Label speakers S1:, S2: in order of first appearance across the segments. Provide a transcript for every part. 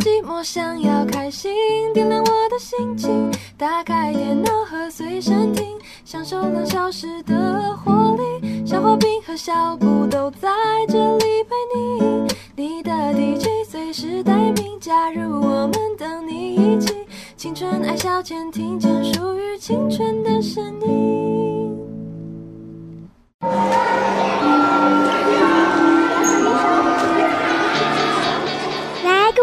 S1: 寂寞，想要开心，点亮我的心情。打开电脑和随身听，享受两小时的活力。小花瓶和小布都在这里陪你，你的 DJ 随时待命，加入我们，等你一起。青春爱消遣，听见属于青春的声音。
S2: 来，各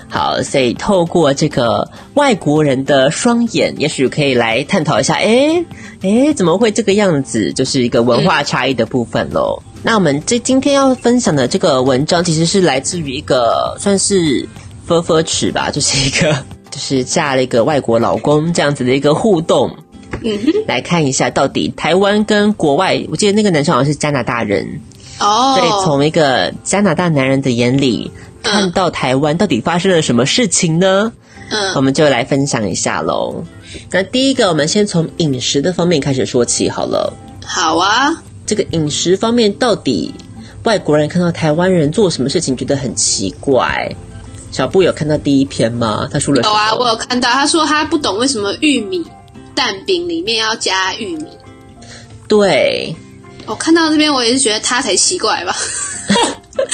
S3: 好，所以透过这个外国人的双眼，也许可以来探讨一下，诶诶，怎么会这个样子？就是一个文化差异的部分喽。那我们这今天要分享的这个文章，其实是来自于一个算是佛佛尺吧，就是一个 就是嫁了一个外国老公这样子的一个互动。
S4: 嗯哼，
S3: 来看一下，到底台湾跟国外，我记得那个男生好像是加拿大人，
S4: 哦，
S3: 对，从一个加拿大男人的眼里看到台湾到底发生了什么事情呢？我
S4: 嗯
S3: 们就来分享一下喽。那第一个，我们先从饮食的方面开始说起好了。
S4: 好啊，
S3: 这个饮食方面，到底外国人看到台湾人做什么事情觉得很奇怪？小布有看到第一篇吗？他说了什
S4: 有
S3: 么？
S4: 啊，我有看到他说他不懂为什么玉米蛋饼里面要加玉米。
S3: 对，
S4: 我看到这边，我也是觉得他才奇怪吧。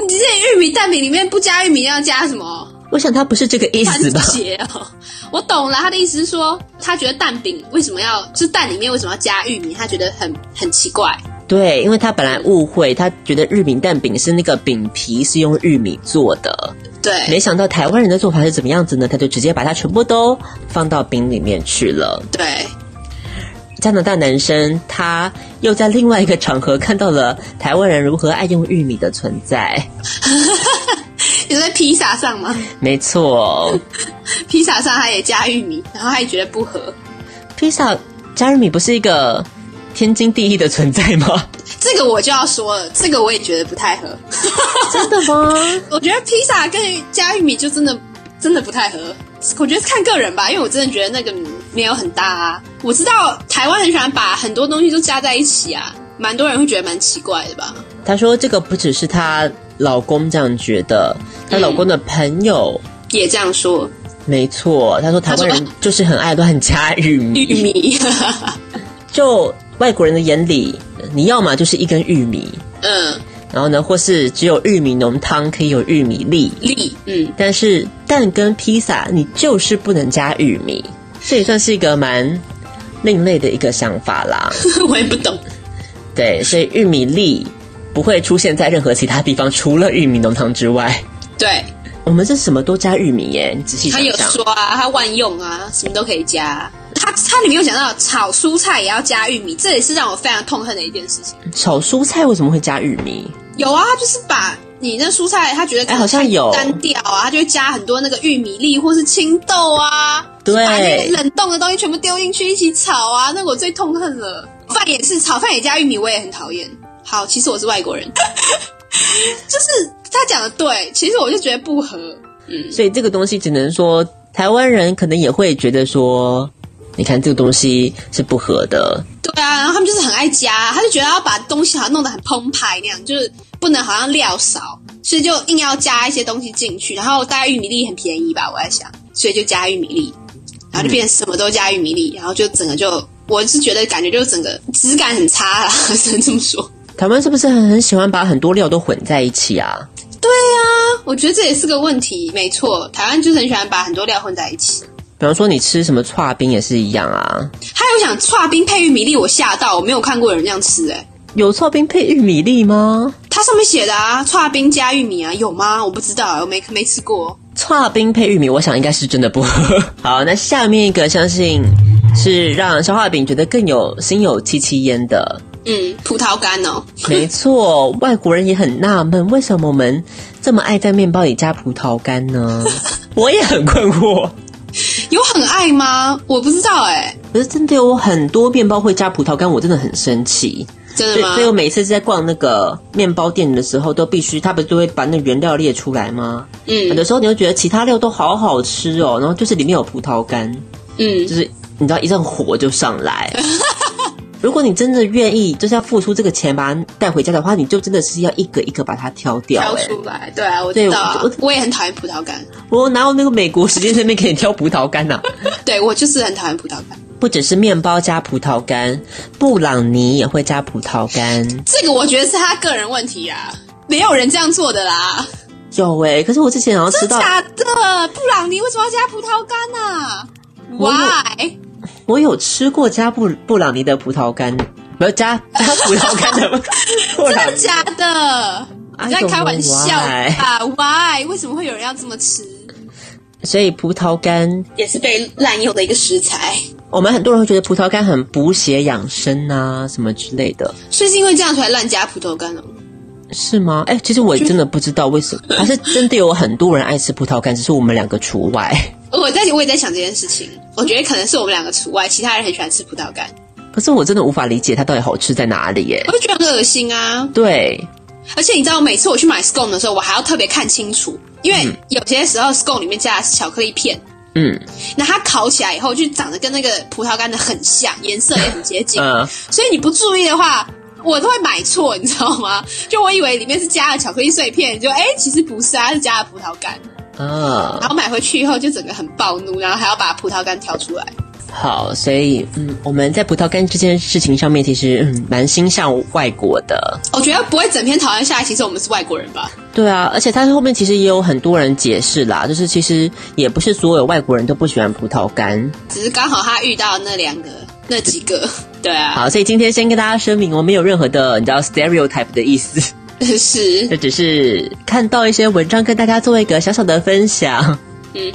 S4: 你这玉米蛋饼里面不加玉米，要加什么？
S3: 我想他不是这个意
S4: 番
S3: 思吧？
S4: 茄哦，我懂了，他的意思是说，他觉得蛋饼为什么要，就是蛋里面为什么要加玉米，他觉得很很奇怪。
S3: 对，因为他本来误会，他觉得日饼蛋饼是那个饼皮是用玉米做的，没
S4: 对
S3: 想到台湾人的做法是怎么样子呢？他就直接把它全部都放到饼里面去了。
S4: 对，
S3: 加拿大男生他又在另外一个场合看到了台湾人如何爱用玉米的存在。
S4: 你说在披萨上吗？
S3: 没错，
S4: 披萨上他也加玉米，然后他也觉得不合。
S3: 披萨加玉米不是一个天经地义的存在吗？
S4: 这个我就要说了，这个我也觉得不太合。
S3: 真的吗？
S4: 我觉得披萨跟加玉米就真的真的不太合。我觉得是看个人吧，因为我真的觉得那个没有很搭啊。我知道台湾很喜欢把很多东西都加在一起啊，蛮多人会觉得蛮奇怪的吧？
S3: 她说这个不只是她老公这样觉得，她老公的朋友，
S4: 也这样说，
S3: 没错，她说台湾
S4: 她
S3: 人
S4: 说
S3: 就是很爱乱加玉米，
S4: 玉米，
S3: 就外国人的眼里，你要么就是一根玉米，
S4: 嗯，
S3: 然后呢，或是只有玉米浓汤可以有玉米粒，
S4: 粒，嗯，
S3: 但是蛋跟披萨你就是不能加玉米，这也算是一个蛮另类的一个想法 啦。
S4: 我也不懂，
S3: 对，所以玉米粒不会出现在任何其他地方，除了玉米浓汤之外。
S4: 对
S3: 我们这什么都加玉米耶，你仔细
S4: 他
S3: 想
S4: 有
S3: 想，
S4: 说啊，他万用啊，什么都可以加啊、他他里面有讲到炒蔬菜也要加玉米，这也是让我非常痛恨的一件事情。
S3: 炒蔬菜为什么会加玉米？
S4: 有啊，就是把你那蔬菜，他觉得可能
S3: 哎好像
S4: 太
S3: 有
S4: 单调啊，他就会加很多那个玉米粒或是青豆啊，
S3: 对
S4: 把那个冷冻的东西全部丢进去一起炒啊，那个我最痛恨了。饭也是，炒饭也加玉米，我也很讨厌。好，其实我是外国人， 就是他讲的对，其实我就觉得不合。嗯
S3: 所以这个东西只能说，台湾人可能也会觉得说，你看这个东西是不合的，
S4: 对啊，然后他们就是很爱加，他就觉得要把东西好像弄得很澎湃那样，就是不能好像料少，所以就硬要加一些东西进去。然后大概玉米粒很便宜吧，我在想，所以就加玉米粒，然后就变成什么都加玉米粒，然后就整个就我是觉得感觉就整个质感很差啦，只能这么说。
S3: 台湾是不是很很喜欢把很多料都混在一起啊？
S4: 对啊，我觉得这也是个问题，没错，台湾就是很喜欢把很多料混在一起。
S3: 比方说你吃什么串冰也是一样啊，
S4: 还有想串冰配玉米粒，我吓到，我没有看过有人这样吃哎、
S3: 有串冰配玉米粒吗？
S4: 它上面写的啊，串冰加玉米啊，有吗？我不知道啊，我没没吃过。
S3: 串冰配玉米，我想应该是真的不合。 好，那下面一个相信是让消化饼觉得更有心有戚戚焉的，
S4: 嗯，葡萄干哦，
S3: 没错，外国人也很纳闷，为什么我们这么爱在面包里加葡萄干 呢？我也很困惑。
S4: 有很爱吗？我不知道哎、
S3: 可是真的有很多面包会加葡萄干，我真的很生气。
S4: 真的
S3: 所以，
S4: 吗
S3: 所以？我每次在逛那个面包店的时候，都必须，他不是都会把那原料列出来吗？有
S4: 嗯
S3: 的时候你会觉得其他料都好好吃哦，然后就是里面有葡萄干，
S4: 嗯，
S3: 就是你知道一阵火就上 来。如果你真的愿意，就是要付出这个钱把它带回家的话，你就真的是要一个一个把它挑掉、
S4: 挑
S3: 哎
S4: 出来，对啊，我
S3: 对
S4: 知道啊
S3: 我我，
S4: 我也很讨厌葡萄干，
S3: 我哪有哦那个美国时间那边给你挑葡萄干呐、啊
S4: 对我就是很讨厌葡萄干，
S3: 不只是面包加葡萄干，布朗尼也会加葡萄干。
S4: 这个我觉得是他个人问题啊，没有人这样做的啦，
S3: 有哎、可是我之前好像
S4: 真
S3: 吃到，
S4: 假的？布朗尼为什么要加葡萄干啊
S3: 我有
S4: ？Why？
S3: 我有吃过加布布朗尼的葡萄干，没有加 加葡萄干的布
S4: 真
S3: 朗
S4: 的
S3: 尼。
S4: 假的？
S3: I
S4: 你在
S3: don't
S4: 开玩笑
S3: know
S4: 吧？Why？为什么会有人要这么吃？
S3: 所以葡萄干，
S4: 也是被滥用的一个食材，
S3: 我们很多人会觉得葡萄干很补血养生啊，什么之类的，
S4: 所以是因为这样才滥加葡萄干哦。
S3: 是吗？哎、其实我也真的不知道为什么，还是真的有很多人爱吃葡萄干，只是我们两个除外。
S4: 我在我也在想这件事情，我觉得可能是我们两个除外，其他人很喜欢吃葡萄干，
S3: 可是我真的无法理解它到底好吃在哪里耶、
S4: 我就觉得很恶心啊！
S3: 对，
S4: 而且你知道，每次我去买 scone 的时候，我还要特别看清楚，因为有些时候 scone 里面加的是巧克力片，
S3: 嗯
S4: 那它烤起来以后就长得跟那个葡萄干的很像，颜色也很接近，
S3: 嗯、
S4: 所以你不注意的话。我都会买错，你知道吗？就我以为里面是加了巧克力碎片，就哎、其实不是啊，是加了葡萄干。
S3: 啊，
S4: 然后买回去以后就整个很暴怒，然后还要把葡萄干挑出来。
S3: 好，所以嗯，我们在葡萄干这件事情上面，其实嗯，蛮心向外国的。
S4: 我觉得不会整篇讨论下来，其实我们是外国人吧？
S3: 对啊，而且它后面其实也有很多人解释啦，就是其实也不是所有外国人都不喜欢葡萄干。
S4: 只是刚好他遇到那两个、那几个， 对啊，
S3: 好，所以今天先跟大家声明，我没有任何的你知道 stereotype 的意思，
S4: 是
S3: 这只是看到一些文章跟大家做一个小小的分享。
S4: 嗯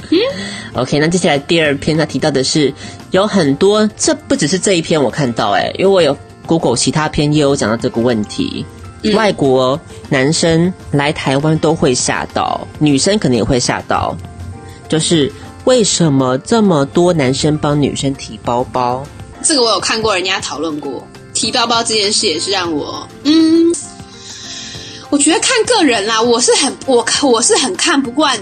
S3: OK，那接下来第二篇，他提到的是有很多，这不只是这一篇我看到、欸，哎，因为我有 Google 其他篇也有讲到这个问题。外国男生来台湾都会吓到，女生可能也会吓到，就是为什么这么多男生帮女生提包包？
S4: 这个我有看过人家讨论过，提包包这件事也是让我，嗯，我觉得看个人啦，我是很我我是很看不惯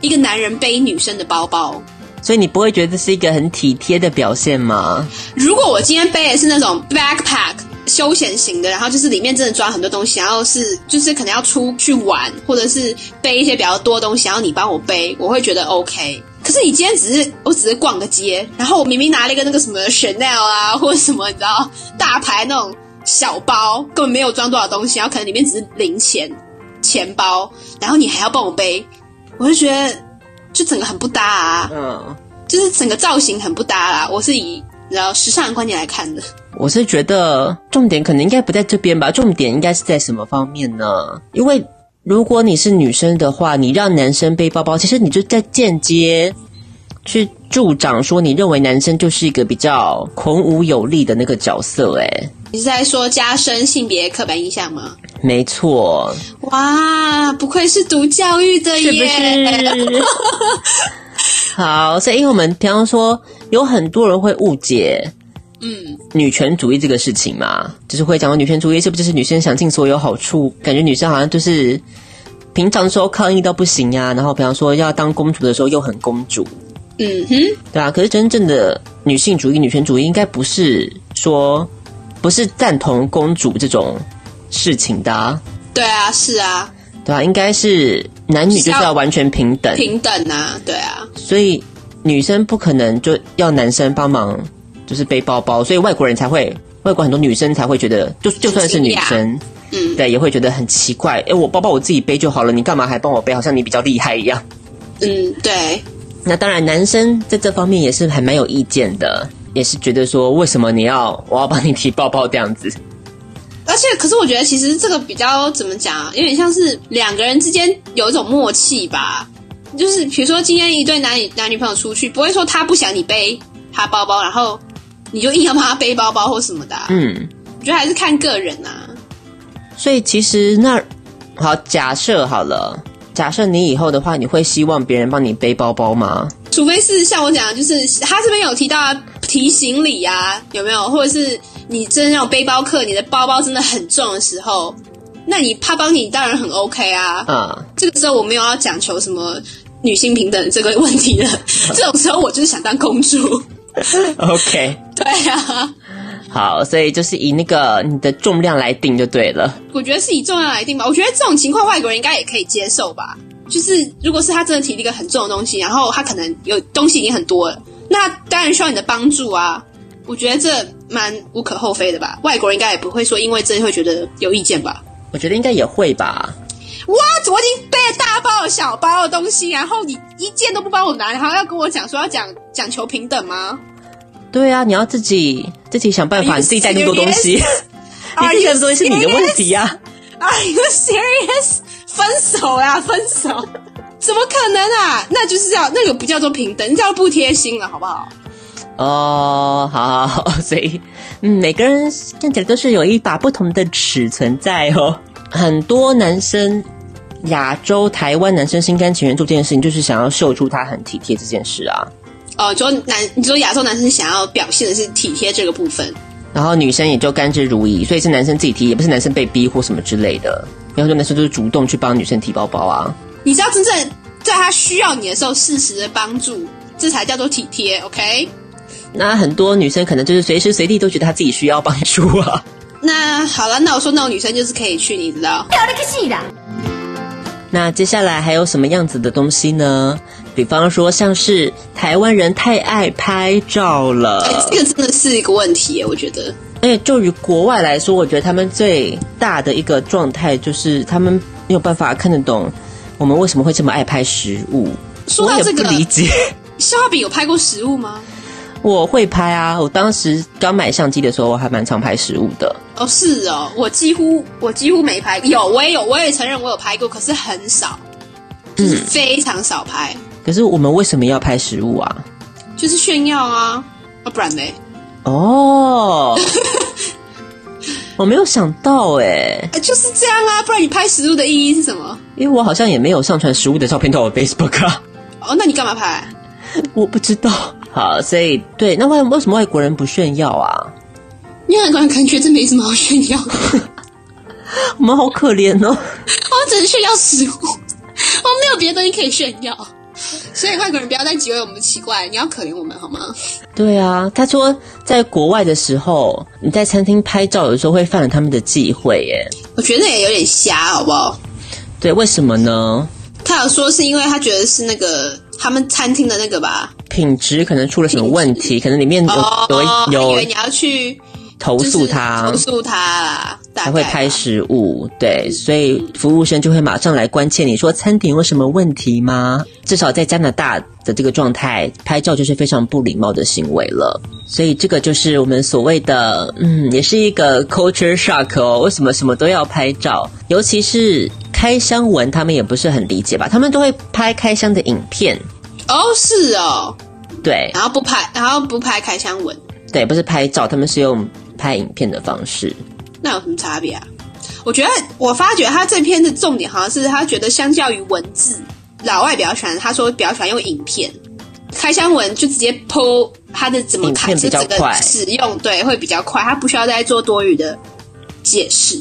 S4: 一个男人背女生的包包。
S3: 所以你不会觉得这是一个很体贴的表现吗？
S4: 如果我今天背的是那种 backpack，休闲型的，然后就是里面真的装很多东西，然后是就是可能要出去玩，或者是背一些比较多东西，然后你帮我背，我会觉得 OK。可是你今天只是我只是逛个街，然后我明明拿了一个那个什么 Chanel 啊， 或者什么你知道大牌那种小包，根本没有装多少东西，然后可能里面只是零钱、钱包，然后你还要帮我背，我就觉得就整个很不搭啊。
S3: 嗯，
S4: 就是整个造型很不搭啦。我是以然后时尚的观点来看的，
S3: 我是觉得重点可能应该不在这边吧，重点应该是在什么方面呢？因为如果你是女生的话，你让男生背包包，其实你就在间接去助长说你认为男生就是一个比较孔武有力的那个角色、哎诶，
S4: 你是在说加深性别刻板印象吗？
S3: 没错，
S4: 哇，不愧是读教育的
S3: 是不
S4: 耶！
S3: 是？ 好，所以因为我们平常说有很多人会误解
S4: 嗯，
S3: 女权主义这个事情嘛，就是会讲到女权主义是不是就是女生享尽所有好处，感觉女生好像就是平常的时候抗议到不行呀、然后比方说要当公主的时候又很公主，
S4: 嗯哼，
S3: 对吧、可是真正的女性主义、女权主义应该不是说不是赞同公主这种事情的、啊，
S4: 对啊，是啊，
S3: 对吧、应该是男女就是要完全平等，
S4: 平等啊，对啊，
S3: 所以女生不可能就要男生帮忙，就是背包包，所以外国人才会，外国很多女生才会觉得，就就算是女生，
S4: 嗯，
S3: 对，也会觉得很奇怪，诶，我包包我自己背就好了，你干嘛还帮我背？好像你比较厉害一样。
S4: 嗯，对，
S3: 那当然，男生在这方面也是还蛮有意见的，也是觉得说，为什么你要我要帮你提包包这样子？
S4: 而且，可是我觉得其实这个比较怎么讲啊，有点像是两个人之间有一种默契吧。就是比如说，今天一对男女男女朋友出去，不会说他不想你背他包包，然后你就硬要帮他背包包或什么的啊、
S3: 嗯，
S4: 我觉得还是看个人啊。
S3: 所以其实那好，假设好了，假设你以后的话，你会希望别人帮你背包包吗？
S4: 除非是像我讲的，就是他这边有提到啊，提行李啊，有没有？或者是你真的那种背包客，你的包包真的很重的时候，那你他帮你当然很 OK 啊。
S3: 啊、
S4: 这个时候我没有要讲求什么女性平等这个问题了， 这种时候我就是想当公主。
S3: o k
S4: 对啊，
S3: 好，所以就是以那个你的重量来定就对了。
S4: 我觉得是以重要来定吧。我觉得这种情况外国人应该也可以接受吧。就是如果是他真的提了一个很重的东西，然后他可能有东西已经很多了，那当然需要你的帮助啊。我觉得这蛮无可厚非的吧。外国人应该也不会说因为这会觉得有意见吧。
S3: 我觉得应该也会吧。
S4: 哇！我已经背了大包小包的东西，然后你一件都不帮我拿，然后要跟我讲说要讲讲求平等吗？
S3: 对啊，你要自己自己想办
S4: Are
S3: 法，
S4: you
S3: 你自己带那么多东西， 你
S4: Are you
S3: 自己带那么多东西是你的问题呀、啊。
S4: Are you 哎 serious？分手啊，分手！怎么可能啊？那就是要那个不叫做平等，叫不贴心了，好不好？
S3: 哦，好好好，所以嗯，每个人看起来都是有一把不同的尺存在哦。很多男生，亚洲、台湾男生心甘情愿做这件事情，就是想要秀出他很体贴这件事啊。
S4: 哦，就男，你说亚洲男生想要表现的是体贴这个部分，
S3: 然后女生也就甘之如饴，所以是男生自己提，也不是男生被逼或什么之类的。然后说男生就是主动去帮女生提包包啊，
S4: 你知道真正在他需要你的时候适时的帮助，这才叫做体贴，OK？
S3: 那很多女生可能就是随时随地都觉得她自己需要帮助啊。
S4: 那好了，那我说那种女生就是可以去，你知道？
S3: 那接下来还有什么样子的东西呢？比方说像是台湾人太爱拍照 了，
S4: 哎这个真的是一个问题耶，我觉得。
S3: 而且就于国外来说，我觉得他们最大的一个状态就是他们没有办法看得懂我们为什么会这么爱拍食物，
S4: 说到
S3: 我
S4: 这
S3: 也不
S4: 个，
S3: 理解。
S4: 肖画饼有拍过食物吗？
S3: 我会拍啊，我当时刚买相机的时候，我还蛮常拍食物的。
S4: 哦，是哦，我几乎我几乎没拍过，有我也有，我也承认我有拍过，可是很少，就是非常少拍，
S3: 可是我们为什么要拍食物啊？
S4: 就是炫耀啊，啊不然嘞，
S3: 哦，我没有想到哎、
S4: 呃就是这样啊，不然你拍食物的意义是什么？
S3: 因为我好像也没有上传食物的照片到我 Facebook 啊，
S4: 哦，那你干嘛拍？
S3: 我不知道。好，所以对，那为为什么外国人不炫耀啊？
S4: 因为感感觉这没什么好炫耀，我
S3: 我们好可怜哦。
S4: 哦只是炫耀食物，我没有别的东西可以炫耀。所以外国人不要再觉得我们奇怪，你要可怜我们好吗？
S3: 对啊，他说在国外的时候，你在餐厅拍照，有时候会犯了他们的忌讳耶。
S4: 我觉得也有点瞎，好不好？
S3: 对，为什么呢？
S4: 他有说是因为他觉得是那个他们餐厅的那个吧？
S3: 品质可能出了什么问题，可能里面有
S4: 哦，他
S3: 有
S4: 以为
S3: 有
S4: 你要去
S3: 投诉他，
S4: 哦就是投诉他啦，大概啊嗯
S3: 才会
S4: 吧
S3: 拍食物，对，所以服务生就会马上来关切你说餐点有什么问题吗？至少在加拿大的这个状态，拍照就是非常不礼貌的行为了。所以这个就是我们所谓的，嗯，也是一个 culture shock 哦。为什么什么都要拍照？尤其是开箱文，他们也不是很理解吧？他们都会拍开箱的影片，
S4: 哦，是哦，
S3: 对
S4: 然后不拍，然后不拍开箱文，
S3: 对，不是拍照，他们是用拍影片的方式。
S4: 那有什么差别啊？我觉得我发觉他这篇的重点好像是他觉得相较于文字，老外比较喜欢，他说比较喜欢用影片。开箱文就直接剖他的怎么看，
S3: 影
S4: 这
S3: 片比较
S4: 整个
S3: 快
S4: 使用对会比较快，他不需要再做多余的解释。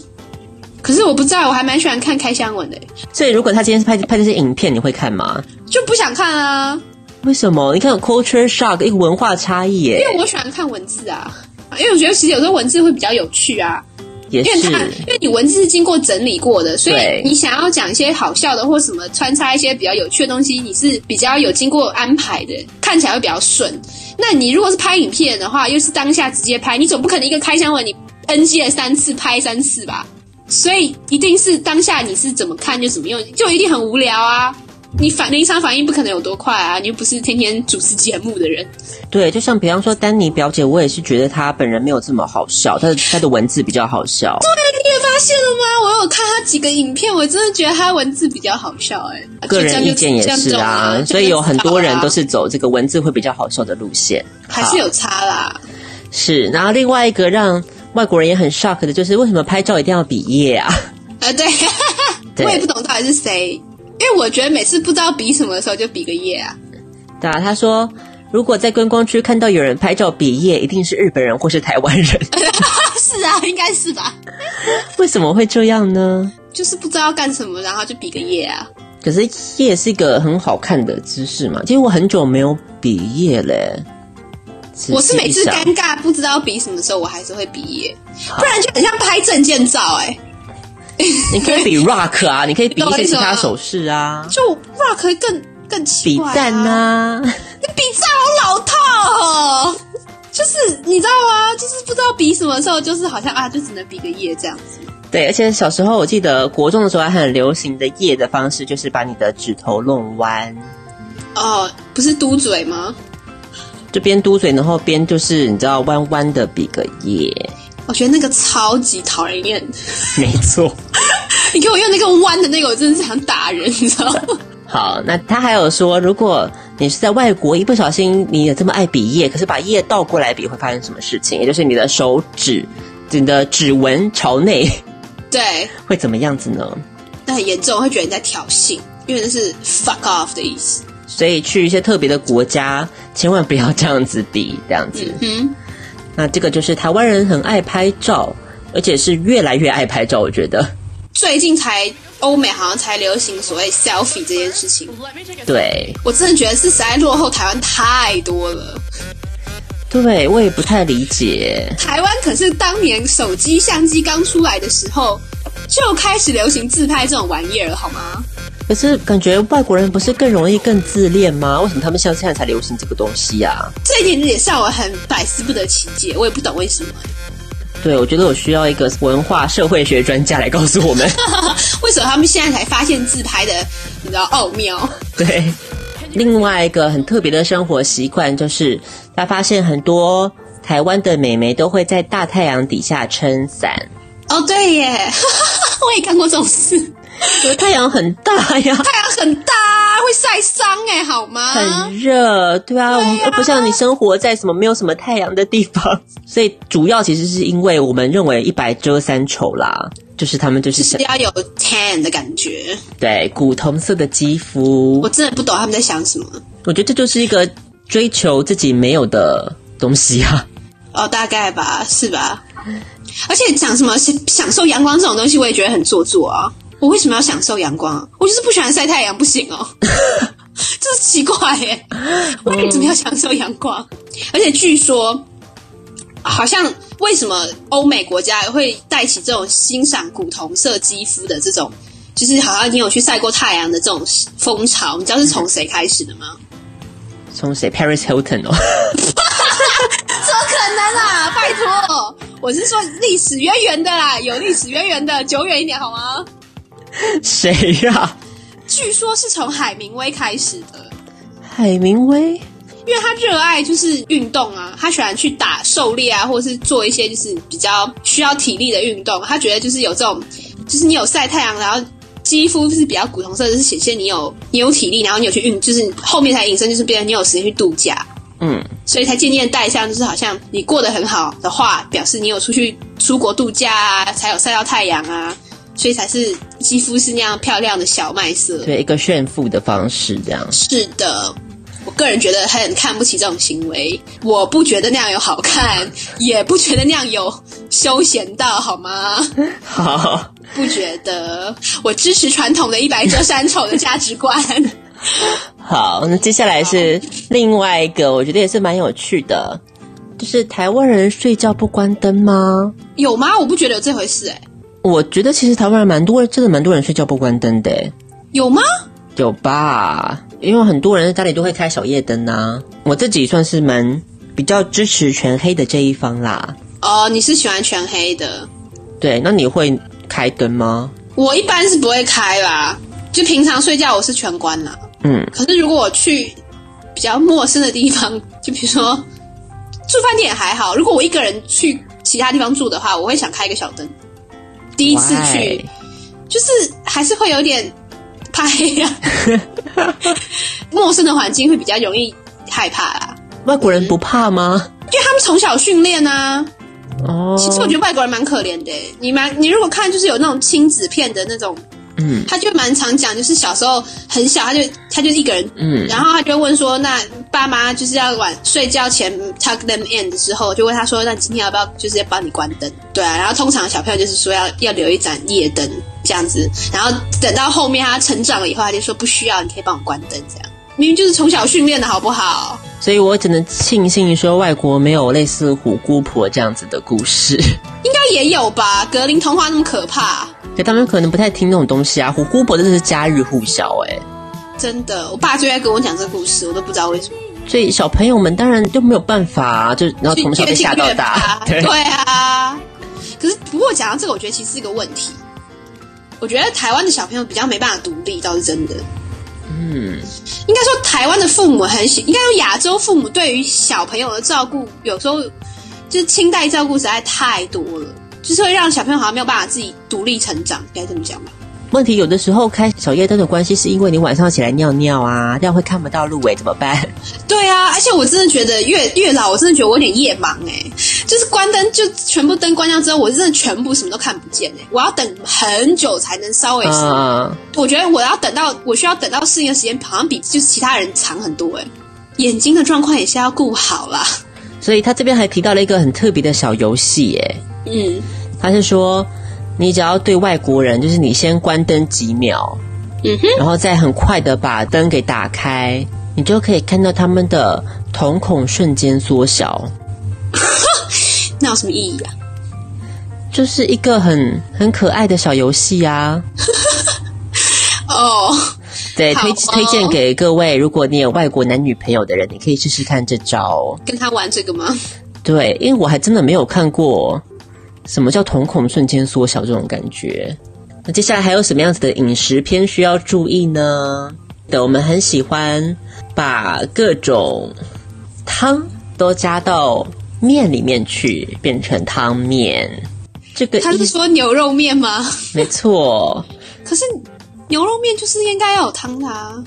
S4: 可是我不知道，我还蛮喜欢看开箱文的，
S3: 所以如果他今天是拍拍这些影片，你会看吗？
S4: 就不想看啊，
S3: 为什么？你看有 culture shock，一个文化差异耶
S4: 因，为我喜欢看文字啊，因为我觉得其实有时候文字会比较有趣啊。
S3: 也
S4: 因为
S3: 是
S4: 它，因为你文字是经过整理过的，所
S3: 对
S4: 以你想要讲一些好笑的或什么，穿插一些比较有趣的东西，你是比较有经过安排的，看起来会比较顺。那你如果是拍影片的话，又是当下直接拍，你总不可能一个开箱文你 NG 了三次拍三次吧？所以一定是当下你是怎么看就怎么用，就一定很无聊啊！你反临场反应不可能有多快啊！你又不是天天主持节目的人，
S3: 对，就像比方说丹尼表姐，我也是觉得她本人没有这么好笑，她的她的文字比较好笑。
S4: 你也发现了吗？我有看他几个影片，我真的觉得他文字比较好笑、哎，
S3: 个人意见也
S4: 就这样就是这样
S3: 啊，
S4: 懂了
S3: 所以有很多人
S4: 就
S3: 都
S4: 是
S3: 走这个文字会比较好笑的路线。
S4: 这样就知道啦还是有差啦。
S3: 是，然后另外一个让外国人也很 shock 的就是为什么拍照一定要比耶啊？
S4: 呃，对，
S3: 对
S4: 我也不懂到底是谁，因为我觉得每次不知道比什么的时候就比个耶啊，
S3: 对啊，他说如果在观光区看到有人拍照比耶，一定是日本人或是台湾人，
S4: 是啊，应该是吧，
S3: 为什么会这样呢？
S4: 就是不知道要干什么，然后就比个耶啊。
S3: 可是夜是一个很好看的姿势嘛，其实我很久没有比夜嘞。仔细
S4: 我是每次
S3: 一想
S4: 尴尬不知道比什么的时候，我还是会比耶，不然就很像拍证件照、哎，
S3: 你可以比 rock 啊，你可以比一
S4: 懂我
S3: 些
S4: 意
S3: 其
S4: 思吗
S3: 他手势啊，
S4: 就 rock 更更奇
S3: 比
S4: 怪、啊，
S3: 赞啊，
S4: 比赞好老套哦，就是你知道吗？就是不知道比什么的时候，就是好像啊，就只能比个耶这样子。
S3: 对，而且小时候我记得国中的时候还很流行的夜的方式，就是把你的指头弄弯，
S4: 哦，不是嘟嘴吗？
S3: 就边嘟嘴，然后边就是你知道弯弯的比个夜，
S4: 我觉得那个超级讨人厌，
S3: 没错。
S4: 你给我用那个弯的那个，我真的是想打人，你知道吗？
S3: 好，那他还有说，如果你是在外国，一不小心你也这么爱比耶，可是把耶倒过来比，会发生什么事情？也就是你的手指、你的指纹朝内
S4: 对，
S3: 会怎么样子呢？
S4: 那很严重，我会觉得你在挑衅，因为那是 fuck off 的意思。
S3: 所以去一些特别的国家，千万不要这样子比，这样子。
S4: 嗯，
S3: 那这个就是台湾人很爱拍照，而且是越来越爱拍照，我觉得。
S4: 最近才欧美好像才流行所谓 selfie 这件事情，
S3: 对
S4: 我真的觉得是实在落后台湾太多了。
S3: 对，我也不太理解。
S4: 台湾可是当年手机相机刚出来的时候，就开始流行自拍这种玩意儿了，好吗？
S3: 可是感觉外国人不是更容易更自恋吗？为什么他们像现在才流行这个东西呀、啊？
S4: 这一点也是让我很百思不得其解，我也不懂为什么，
S3: 对，我觉得我需要一个文化社会学专家来告诉我们。
S4: 为什么他们现在才发现自拍的，你知道奥妙？
S3: 对，另外一个很特别的生活习惯就是，他发现很多台湾的美眉都会在大太阳底下撑伞，
S4: 哦，对耶， 我也干过这种事，
S3: 因为太阳很大呀，
S4: 太阳很大啊、会晒伤哎，好吗？
S3: 很热，对啊，我们又不像你生活在什么没有什么太阳的地方，所以主要其实是因为我们认为一白遮三丑啦，就是他们就是
S4: 是
S3: 想
S4: 要有 tan 的感觉，
S3: 对古铜色的肌肤
S4: 我，真的不懂他们在想什么。
S3: 我觉得这就是一个追求自己没有的东西啊。
S4: 哦，大概吧，是吧？而且讲什么享享受阳光这种东西，我也觉得很做作啊。我为什么要享受阳光啊？我就是不喜欢晒太阳，不行哦。 这是奇怪耶，为什么要享受阳光？而且据说，好像为什么欧美国家会带起这种欣赏古铜色肌肤的这种，就是好像你有去晒过太阳的这种风潮，你知道是从谁开始的吗？
S3: 从谁？Paris Hilton 哦，
S4: 怎么可能啊！拜托，我是说历史渊源的啦，有历史渊源的，久远一点好吗？
S3: 谁呀、
S4: 据说是从海明威开始的，
S3: 海明威。
S4: 因为他热爱就是运动啊，他喜欢去打狩猎啊，或者是做一些就是比较需要体力的运动。他觉得就是有这种，就是你有晒太阳，然后肌肤是比较古铜色，就是显现你有你有体力，然后你有去运，就是后面才引申就是变成你有时间去度假。
S3: 嗯，
S4: 所以才渐渐带上，就是好像你过得很好的话，表示你有出去出国度假啊，才有晒到太阳啊，所以才是肌肤是那样漂亮的小麦色。
S3: 对，一个炫富的方式这样。
S4: 是的，我个人觉得很看不起这种行为，我不觉得那样有好看，也不觉得那样有休闲到，好吗？
S3: 好，
S4: 不觉得，我支持传统的一白遮三丑的价值观。
S3: 好，那接下来是另外一个，我觉得也是蛮有趣的，就是台湾人睡觉不关灯吗？
S4: 有吗？我不觉得有这回事、哎，
S3: 我觉得其实台湾人蛮多，真的蛮多人睡觉不关灯的、欸，
S4: 有吗？
S3: 有吧？因为很多人家里都会开小夜灯呐、我自己算是蛮比较支持全黑的这一方啦。
S4: 哦，你是喜欢全黑的，
S3: 对，那你会开灯吗？
S4: 我一般是不会开啦，就平常睡觉我是全关啦。
S3: 嗯，
S4: 可是如果我去比较陌生的地方，就比如说 住饭店也还好，如果我一个人去其他地方住的话，我会想开一个小灯。第一次去
S3: Why？
S4: 就是还是会有点怕黑 呀、陌生的环境会比较容易害怕啦，
S3: 外国人不怕吗？
S4: 因为他们从小训练啊。
S3: 哦，
S4: 其实我觉得外国人蛮可怜的、欸你蛮你如果看就是有那种亲子片的那种
S3: 嗯
S4: 他就蛮常讲，就是小时候很小，他就他就一个人，
S3: 嗯
S4: 然后他就问说，那爸妈就是要晚睡觉前 tuck them in 的时候，就问他说，那今天要不要就是要帮你关灯？对啊，然后通常小朋友就是说要要留一盏夜灯这样子，然后等到后面他成长了以后，他就说不需要，你可以帮我关灯这样。明明就是从小训练的好不好？
S3: 所以我只能庆幸说外国没有类似虎姑婆这样子的故事，
S4: 应该也有吧？格林童话那么可怕，
S3: 对他们可能不太听那种东西啊。虎姑婆真的是家喻户晓哎、
S4: 真的，我爸最爱跟我讲这个故事，我都不知道为什么。
S3: 所以小朋友们当然就没有办法、啊，就然后从小被吓到大，
S4: 越听越怕 对啊。可是不过讲到这个，我觉得其实是一个问题。我觉得台湾的小朋友比较没办法独立，倒是真的。
S3: 嗯，
S4: 应该说台湾的父母很喜，应该说亚洲父母对于小朋友的照顾，有时候就是亲代照顾实在太多了，就是会让小朋友好像没有办法自己独立成长，该这么讲吧？
S3: 问题有的时候开小夜灯的关系，是因为你晚上起来尿尿啊，这样会看不到路诶、怎么办？
S4: 对啊，而且我真的觉得越越老，我真的觉得我有点夜盲哎、就是关灯就全部灯关掉之后，我真的全部什么都看不见哎、我要等很久才能稍微、
S3: 啊、
S4: 我觉得我要等到我需要等到适应的时间，好像比就是其他人长很多哎、眼睛的状况也是要顾好啦，
S3: 所以他这边还提到了一个很特别的小游戏哎诶、
S4: 嗯
S3: 他是说，你只要对外国人，就是你先关灯几秒，
S4: 嗯哼，
S3: 然后再很快的把灯给打开，你就可以看到他们的瞳孔瞬间缩小，
S4: 那有什么意义啊？
S3: 就是一个很很可爱的小游戏啊。
S4: 哦，
S3: 对，
S4: 好
S3: 推
S4: 哦
S3: 推荐给各位，如果你有外国男女朋友的人，你可以试试看这招哦。
S4: 跟他玩这个吗？
S3: 对，因为我还真的没有看过什么叫瞳孔瞬间缩小这种感觉。那接下来还有什么样子的饮食偏需要注意呢？的，我们很喜欢把各种汤都加到面里面去，变成汤面。这个
S4: 他
S3: 意
S4: 是说牛肉面吗？
S3: 没错，
S4: 可是牛肉面就是应该要有汤的啊。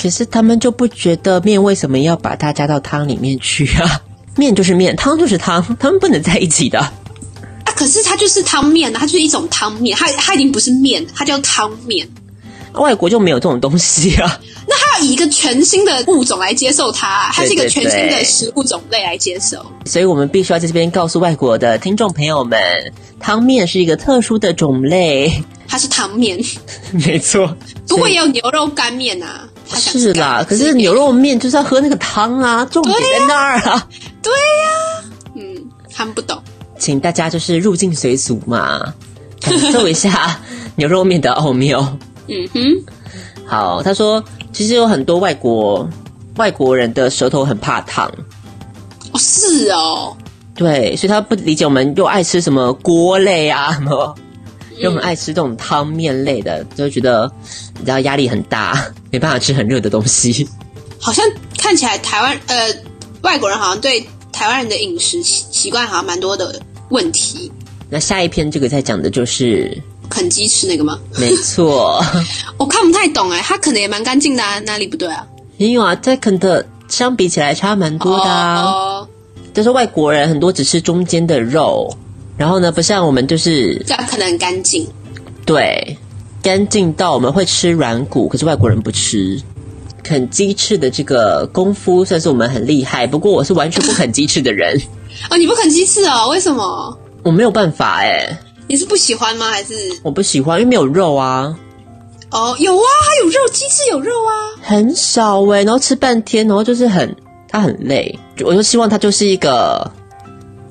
S3: 可是他们就不觉得面为什么要把它加到汤里面去啊？面就是面，汤就是汤，他们不能在一起的。
S4: 啊，可是它就是汤面啊，它就是一种汤面，它它已经不是面，它叫汤面。
S3: 外国就没有这种东西啊。
S4: 那它要以一个全新的物种来接受它，它是一个
S3: 对对
S4: 全新的
S3: 对
S4: 食物种类来接受。
S3: 所以我们必须要在这边告诉外国的听众朋友们，汤面是一个特殊的种类。
S4: 它是汤面，
S3: 没错，
S4: 不过
S3: 所以
S4: 也有牛肉干面啊，他想
S3: 哦是啦，可是牛肉面就是要喝那个汤啊，重点在那儿啊。
S4: 嗯，他们不懂。
S3: 请大家就是入境随俗嘛，感受一下牛肉面的奥妙。
S4: 嗯哼，
S3: 好，他说其实有很多外国外国人的舌头很怕烫，
S4: 哦是哦，
S3: 对，所以他不理解我们又爱吃什么锅类啊，什 么
S4: 嗯
S3: 又很爱吃这种汤面类的，就会觉得你知道压力很大， 没办法吃很热的东西。
S4: 好像看起来台湾呃外国人好像对台湾人的饮食习习惯好像蛮多的问题。
S3: 那下一篇这个在讲的就是，
S4: 啃鸡翅那个吗？
S3: 没错，
S4: 我看不太懂哎、他可能也蛮干净的、啊，哪里不对啊？
S3: 没有啊，在肯德相比起来差蛮多的啊。
S4: 哦，哦
S3: 就是外国人很多只吃中间的肉，然后呢，不像我们就是
S4: 这样可能很干净。
S3: 对干净到我们会吃软骨，可是外国人不吃。啃鸡翅的这个功夫算是我们很厉害，不过我是完全不啃鸡翅的人，
S4: 哦，你不啃鸡翅哦？为什么？
S3: 我没有办法哎、
S4: 你是不喜欢吗？还是
S3: 我不喜欢，因为没有肉啊，
S4: 哦有啊，它有肉，鸡翅有肉啊。
S3: 很少哎、然后吃半天，然后就是很它很累，就我就希望它就是一个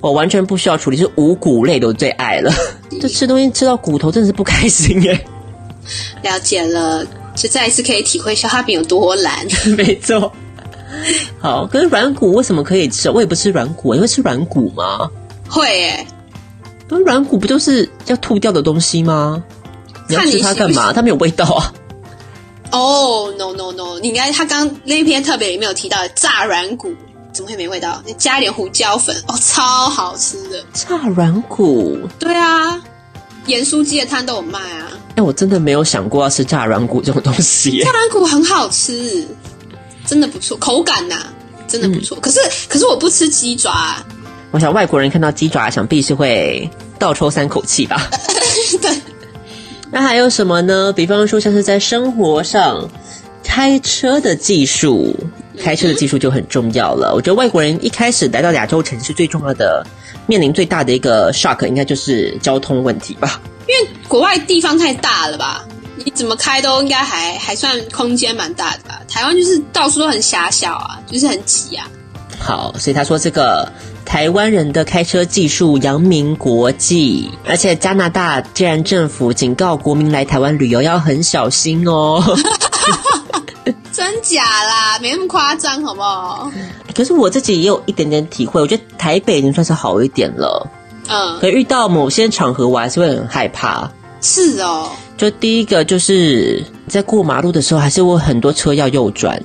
S3: 我完全不需要处理，就是五谷类的我最爱了，就吃东西吃到骨头真的是不开心哎、
S4: 了解了，就再一次可以体会消化饼有多懒。
S3: 没错。好，可是软骨为什么可以吃？我也不吃软骨，欸你会吃软骨吗？
S4: 会哎、
S3: 可是软骨不就是要吐掉的东西吗？你要
S4: 看你
S3: 吃它
S4: 喜不
S3: 干嘛？
S4: 喜
S3: 它没有味道啊。
S4: 哦、no no no，你应该他刚那篇特别里面有提到的炸软骨，怎么会没味道？你加一点胡椒粉，哦，超好吃的。
S3: 炸软骨，
S4: 对啊，盐酥鸡的摊都有卖啊，
S3: 哎、我真的没有想过要吃炸软骨这种东西 耶
S4: 炸。软骨很好吃，真的不错，口感呐、真的不错。可是可是我不吃鸡爪、啊，
S3: 我想外国人看到鸡爪，想必是会倒抽三口气吧。
S4: 对，
S3: 那还有什么呢？比方说，像是在生活上，开车的技术，开车的技术就很重要了。我觉得外国人一开始来到亚洲城市，最重要的面临最大的一个 shock，应该就是交通问题吧。
S4: 因为国外地方太大了吧，你怎么开都应该还还算空间蛮大的吧。台湾就是到处都很狭小啊，就是很挤啊。
S3: 好，所以他说这个台湾人的开车技术扬名国际，而且加拿大既然政府警告国民来台湾旅游要很小心哦。
S4: 真假啦，没那么夸张，好不好？
S3: 可是我自己也有一点点体会，我觉得台北已经算是好一点了。
S4: 嗯，
S3: 可遇到某些场合，我还是会很害怕。
S4: 是哦，
S3: 就第一个就是在过马路的时候，还是会有很多车要右转，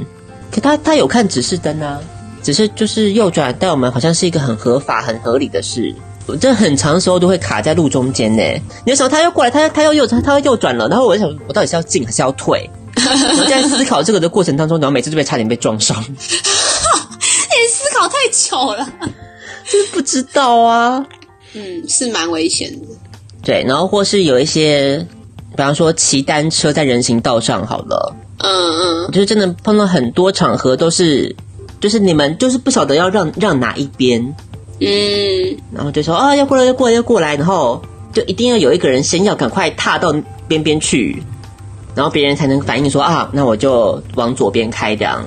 S3: 可他他有看指示灯啊，只是就是右转，但我们好像是一个很合法、很合理的事。我这很长时候都会卡在路中间呢。你就想他要过来，他他要右转，他要右转了，然后我就想，我到底是要进还是要退？我在思考这个的过程当中，然后每次都被差点被撞伤，
S4: 你思考太久了。
S3: 就是 不知道啊。
S4: 嗯，是蛮危险的。
S3: 对，然后或是有一些，比方说骑单车在人行道上好了，
S4: 嗯嗯，
S3: 就是真的碰到很多场合都是，就是你们就是不晓得要让让哪一边，
S4: 嗯，
S3: 然后就说啊要过来要过来要过来，然后就一定要有一个人先要赶快踏到边边去，然后别人才能反应说啊，那我就往左边开这样。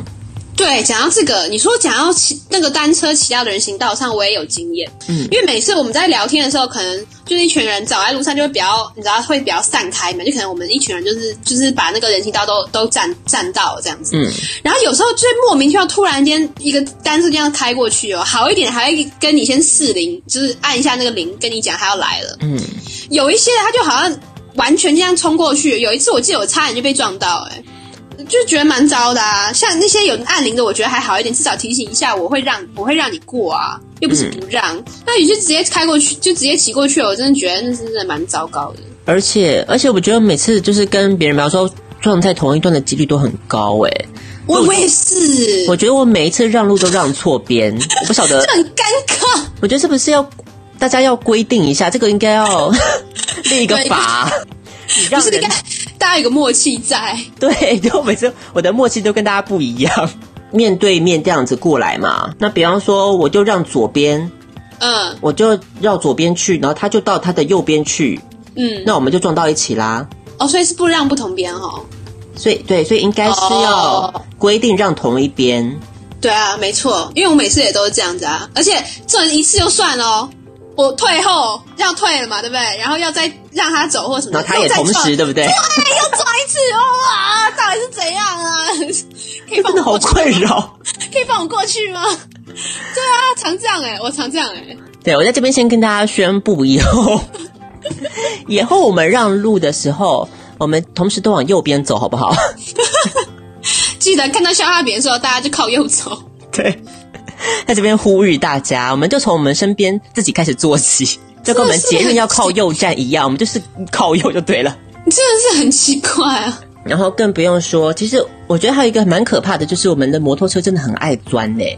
S4: 对，讲到这个，你说讲到骑那个单车骑到人行道上，我也有经验。
S3: 嗯
S4: 因为每次我们在聊天的时候，可能就是一群人走在路上，就会比较，你知道会比较散开嘛，就可能我们一群人就是就是把那个人行道都都占占到了这样子。
S3: 嗯，
S4: 然后有时候就会莫名其妙突然间一个单车这样开过去哦，好一点还会跟你先试铃，就是按一下那个铃，跟你讲他要来了。
S3: 嗯，
S4: 有一些他就好像完全这样冲过去，有一次我记得我差点就被撞到、哎。就觉得蛮糟的啊。像那些有按铃的，我觉得还好一点，至少提醒一下，我会让我会让你过啊，又不是不让。
S3: 嗯
S4: 那你就直接开过去，就直接骑过去，我真的觉得那是真的蛮糟糕的。
S3: 而且而且我觉得每次就是跟别人，比方说撞在同一段的几率都很高诶、
S4: 我我也是，
S3: 我觉得我每一次让路都让错边，我不晓得
S4: 很尴尬。
S3: 我觉得是不是要大家要规定一下，这个应该要 立一个法，你
S4: 不
S3: 让
S4: 是应该
S3: 人
S4: 大家有个默契在，
S3: 对，就每次我的默契都跟大家不一样。面对面这样子过来嘛，那比方说我就让左边，
S4: 嗯
S3: 我就绕左边去，然后他就到他的右边去，
S4: 嗯，
S3: 那我们就撞到一起啦。
S4: 哦，所以是不让不同边哦。
S3: 所以对，所以应该是要
S4: 哦
S3: 规定让同一边。
S4: 对啊，没错，因为我每次也都是这样子啊，而且这一次就算了哦，我退后要退了嘛，对不对？然后要再让他走或什么的，
S3: 然后他也
S4: 又再
S3: 同
S4: 撞
S3: 时，对不对？
S4: 对，又撞一次，哇，到底是怎样啊？可以放
S3: 真
S4: 我
S3: 的好
S4: 过去吗
S3: 困扰。
S4: 可以放我过去吗？对啊，常这样哎、我常这样哎、
S3: 对我在这边先跟大家宣布，以 后以后我们让路的时候，我们同时都往右边走，好不好？
S4: 记得看到消化饼的时候，大家就靠右走。
S3: 对，在这边呼吁大家，我们就从我们身边自己开始做 起，就跟我们
S4: 是
S3: 捷运要靠右站一样，我们就是靠右就对了。
S4: 你真的是很奇怪啊！
S3: 然后更不用说，其实我觉得还有一个蛮可怕的，就是我们的摩托车真的很爱钻欸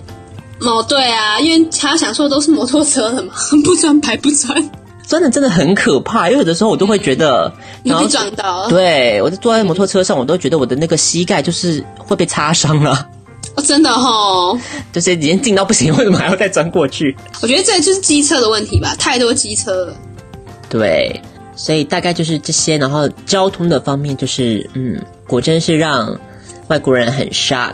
S3: 呢、
S4: 哦，对啊，因为他想说都是摩托车的嘛， 不穿白不穿，
S3: 钻的真的很可怕。因为有的时候我都会觉得，
S4: 嗯你
S3: 然后
S4: 被撞到。
S3: 对我就坐在摩托车上，我都觉得我的那个膝盖就是会被擦伤了。
S4: 哦，真的吼，
S3: 就是已经近到不行，为什么还要再钻过去？
S4: 我觉得这就是机车的问题吧，太多机车了。
S3: 对，所以大概就是这些。然后交通的方面，就是嗯，果真是让外国人很 shock。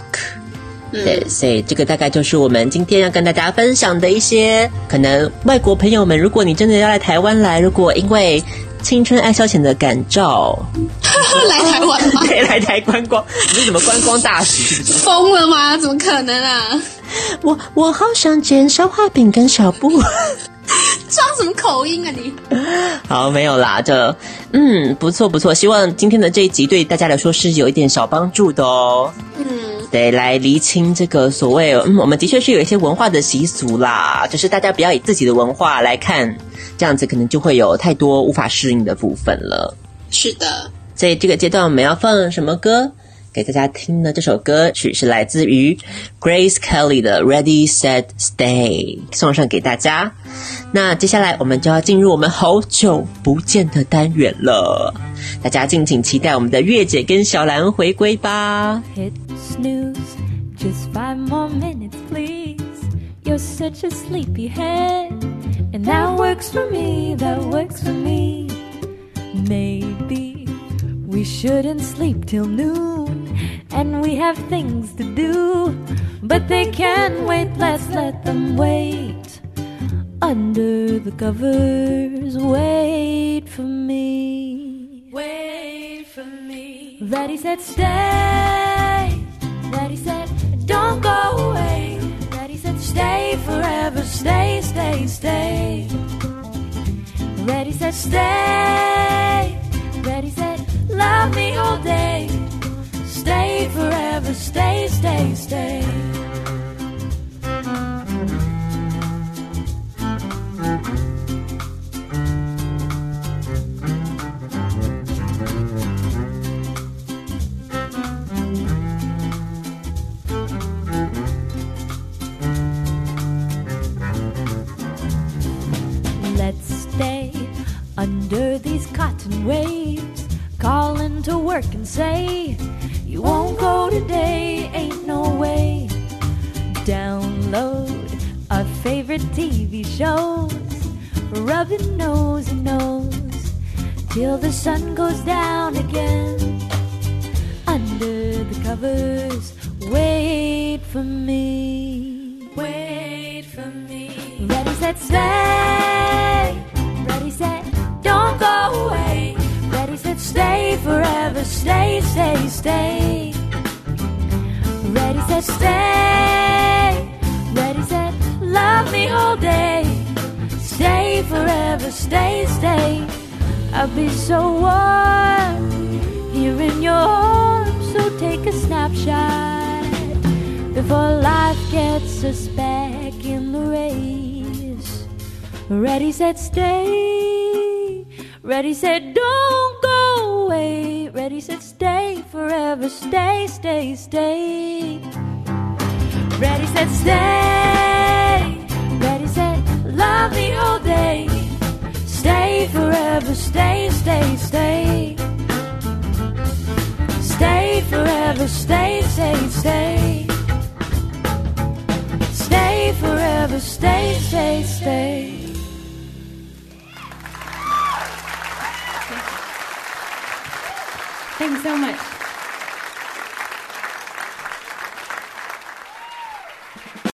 S3: 对，
S4: 嗯
S3: 所以这个大概就是我们今天要跟大家分享的一些可能外国朋友们，如果你真的要来台湾来，如果因为青春爱消遣的感召，
S4: 来台湾 吗？
S3: 可以来台观光， 你是什么观光大使是不是？
S4: 疯了吗？怎么可能啊？
S3: 我我好想捡消化饼跟小布。
S4: 装什么口音啊你？
S3: 好，没有啦，这嗯不错不错，希望今天的这一集对大家来说是有一点小帮助的哦。
S4: 嗯，
S3: 得来厘清这个所谓，嗯，我们的确是有一些文化的习俗啦，就是大家不要以自己的文化来看，这样子可能就会有太多无法适应的部分了。
S4: 是的，
S3: 所以这个阶段我们要放什么歌给大家听呢？这首歌曲是来自于 Grace Kelly 的《Ready Set Stay》，送上给大家。那接下来我们就要进入我们好久不见的单元了，大家敬请期待我们的月姐跟小兰回归吧。
S1: Hit snooze, just five more minutes, please. You're such a sleepyhead, and that works for me, that works for me. Maybe we shouldn't sleep till noon, and we have things to do, but they can wait, let's let them wait. Under the covers, wait for me. Wait for me. That he said, stay. That he said, don't go away. That he said, stay forever, stay, stay, stay. That he said, stay. That he said, love me all day. Stay forever, stay, stay, stay. Let's stay under these cotton waves. Calling to work and say, You won't go today, ain't no way. Download our favorite TV shows, rubbing nose and nose till the sun goes down again. Under the covers, wait for me. Wait for me. Ready, set, stay. Ready, set, don't go away. Ready, set, stay forever. Stay, stay, stay. Ready, set, stay. Ready, set, love me all day. Stay forever, stay, stay. I'll be so warm here in your arms. So take a snapshot before life gets us back in the race. Ready, set, stay. Ready, set, don't go away. Ready, set, stay forever. Stay, stay, stay. Ready, set, stay. Ready, set, love me all day. Stay forever, stay, stay, stay. Stay forever, stay, stay, stay. Stay forever, stay, stay, stay.
S5: ，Thanks so much。